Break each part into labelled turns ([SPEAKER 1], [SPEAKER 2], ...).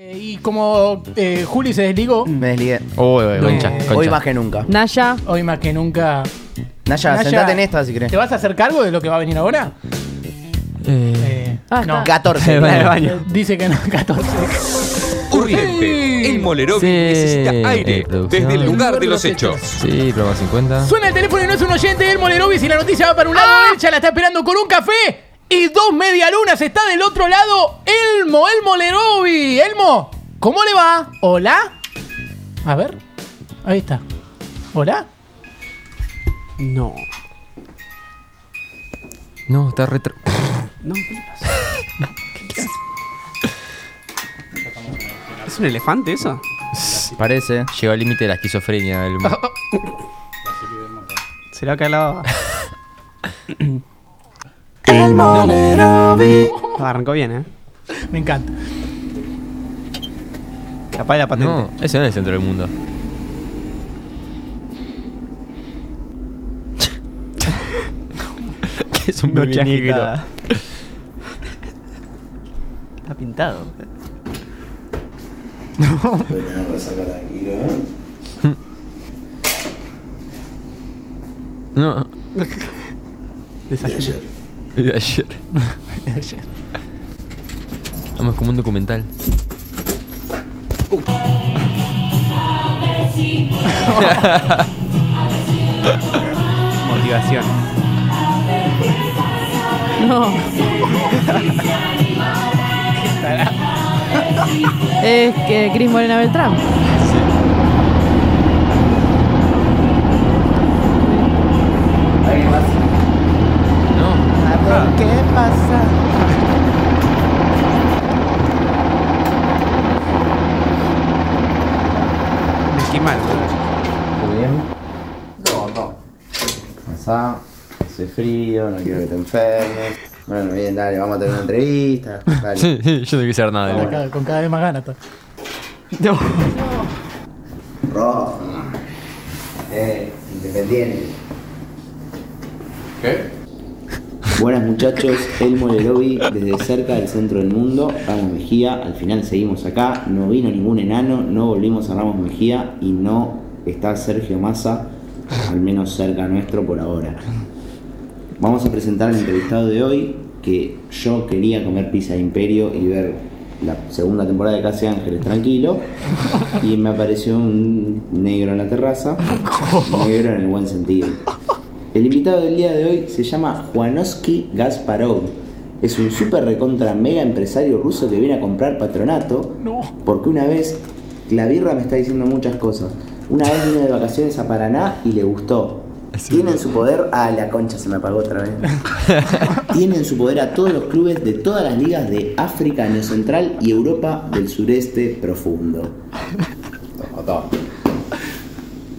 [SPEAKER 1] Y como eh, Juli se desligó,
[SPEAKER 2] Mm. Me desligué. Eh,
[SPEAKER 3] Uy, uy, concha, concha.
[SPEAKER 2] Hoy más que nunca.
[SPEAKER 4] Naya,
[SPEAKER 1] hoy más que nunca.
[SPEAKER 2] Naya,
[SPEAKER 1] Naya,
[SPEAKER 2] sentate en esta si querés.
[SPEAKER 1] ¿Te vas a hacer cargo de lo que va a venir ahora? Eh,
[SPEAKER 4] Ah,
[SPEAKER 1] no.
[SPEAKER 4] está.
[SPEAKER 2] 14.
[SPEAKER 3] Va al
[SPEAKER 1] Eh,
[SPEAKER 3] baño.
[SPEAKER 1] Dice que no, 14.
[SPEAKER 5] Urgente. El Molerovi
[SPEAKER 3] Sí.
[SPEAKER 5] necesita aire
[SPEAKER 3] Eh, producción.
[SPEAKER 5] desde el lugar de los hechos.
[SPEAKER 3] Sí, promo 50.
[SPEAKER 1] Suena el teléfono y no es un oyente, el Molerovis y la noticia va para un
[SPEAKER 4] Ah.
[SPEAKER 1] lado, él ya la está esperando con un café y dos medialunas, está del otro lado Elmo, el Molerovi. Elmo, ¿cómo le va? ¿Hola? A ver, ahí está. ¿Hola?
[SPEAKER 6] No.
[SPEAKER 3] No, está retro.
[SPEAKER 6] No, ¿qué le pasa? ¿Es un elefante eso?
[SPEAKER 2] Parece.
[SPEAKER 3] Llegó al límite de la esquizofrenia. El...
[SPEAKER 6] ¿Será que la baba? Arrancó bien, ¿eh?
[SPEAKER 1] Me encanta.
[SPEAKER 6] Capaz de la patente.
[SPEAKER 3] No, ese no es el centro del mundo. que es un bebé
[SPEAKER 6] Noche
[SPEAKER 3] negro.
[SPEAKER 6] agitada. Está pintado.
[SPEAKER 3] No,
[SPEAKER 6] Desayuno.
[SPEAKER 3] de ayer. Vamos como un documental.
[SPEAKER 6] Motivación.
[SPEAKER 4] no. es que Cris Morena Beltrán.
[SPEAKER 3] No,
[SPEAKER 2] ¿Qué pasa?
[SPEAKER 6] Esquimal.
[SPEAKER 7] ¿Todo bien? No, no. Pasá, hace frío, no quiero que te enfermes. Bueno, bien, dale, vamos a tener una entrevista. Dale.
[SPEAKER 3] sí, sí, yo no quise hacer nada. de
[SPEAKER 1] Con
[SPEAKER 3] la-
[SPEAKER 1] cada- Con cada vez más ganas. está.
[SPEAKER 7] Ro. Eh, independiente. ¿Qué? Buenas muchachos, Elmo Lerovi desde cerca del centro del mundo, Ramos Mejía, al final seguimos acá, no vino ningún enano, no volvimos a Ramos Mejía y no está Sergio Massa, al menos cerca nuestro por ahora. Vamos a presentar al entrevistado de hoy, que yo quería comer pizza de imperio y ver la segunda temporada de Casi Ángeles tranquilo. Y me apareció un negro en la terraza, negro en el buen sentido. El invitado del día de hoy se llama Juanoski Gasparov. Es un super recontra mega empresario ruso que viene a comprar patronato. Porque una vez, la birra me está diciendo muchas cosas. Una vez vino de vacaciones a Paraná y le gustó. Tiene en su poder. Ah, la concha se me apagó otra vez. Tiene en su poder a todos los clubes de todas las ligas de África Neocentral y Europa del sureste profundo. Toma, toma.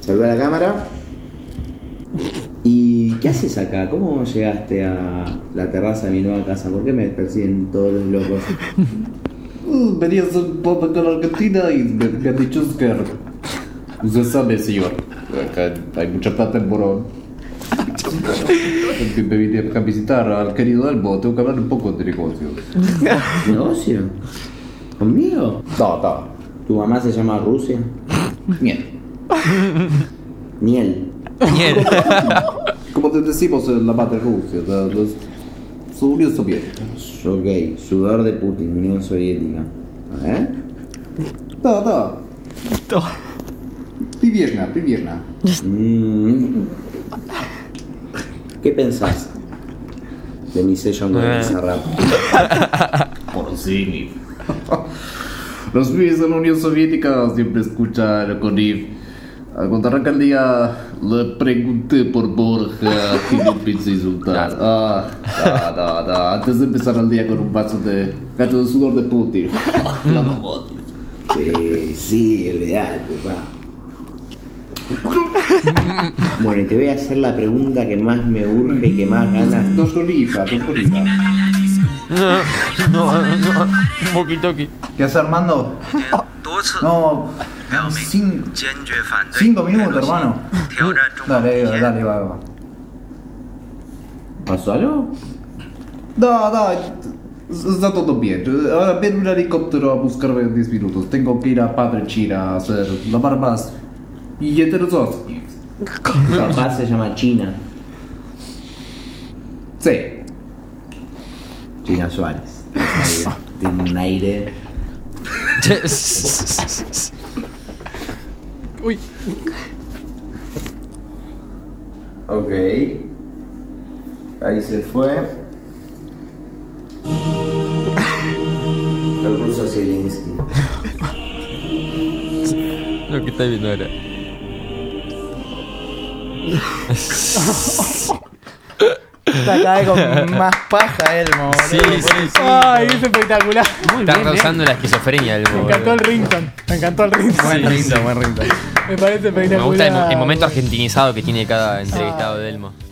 [SPEAKER 7] Saluda a la cámara. ¿Y qué haces acá? ¿Cómo llegaste a la terraza de mi nueva casa? ¿Por qué me persiguen todos los locos?
[SPEAKER 8] Venías un poco acá a la Argentina y me, me han dicho que usted sabe, señor. Acá hay mucha plata en Morón. Me- Me vine acá a visitar al querido Elmo, tengo que hablar un poco de negocio.
[SPEAKER 7] ¿Negocio? ¿Conmigo?
[SPEAKER 8] No, no.
[SPEAKER 7] ¿Tu mamá se llama Rusia?
[SPEAKER 8] Bien.
[SPEAKER 7] Miel.
[SPEAKER 3] Bien.
[SPEAKER 8] Como te decimos en la madre Rusia, la- los su Unión Soviética.
[SPEAKER 7] Ok, sudor de Putin, Unión Soviética. ¿Eh?
[SPEAKER 8] No, no. Привежна, привежна.
[SPEAKER 7] Mm. ¿Qué pensás de mi sesión con el Bizarrap?
[SPEAKER 8] Porcini. Los pibes en la Unión Soviética siempre escuchan con If. Ah, Cuando arranca el día, le pregunté por Borja y me pensé insultar. Ah, da, da, da. Antes de empezar el día con un vaso de gato de sudor de Putin. La mamá.
[SPEAKER 7] Sí, sí, olvidate, pa. Bueno, y te voy a hacer la pregunta que más me urge y que más ganas.
[SPEAKER 8] Nos oliva, nos oliva.
[SPEAKER 3] Moki toki.
[SPEAKER 9] ¿Qué haces, Armando? No, cin- cinco minutos, hermano. Dale, dale, dale, va, va.
[SPEAKER 7] ¿Pasó algo?
[SPEAKER 8] Da, da. Está todo bien. Ahora ven un helicóptero a buscarme en 10 minutos. Tengo que ir a Padre China a hacer la más. Y entre los dos.
[SPEAKER 7] Capaz se llama China.
[SPEAKER 8] Sí.
[SPEAKER 7] China Suárez. Tiene un aire.
[SPEAKER 1] Uy.
[SPEAKER 7] Ok. Ahí se fue. Lo puso Zielinski.
[SPEAKER 3] Lo que está viendo ahora.
[SPEAKER 2] Está cada vez con más paja, Elmo.
[SPEAKER 3] Sí,
[SPEAKER 2] boludo.
[SPEAKER 3] sí, sí.
[SPEAKER 1] Ay, es espectacular.
[SPEAKER 3] Está rozando la esquizofrenia del
[SPEAKER 1] Me encantó el rington. Me encantó el rington.
[SPEAKER 2] Buen rindo, buen rindo.
[SPEAKER 1] Me parece
[SPEAKER 3] Me
[SPEAKER 1] espectacular. Ah.
[SPEAKER 3] gusta el, mo- el momento argentinizado que tiene cada entrevistado de Elmo.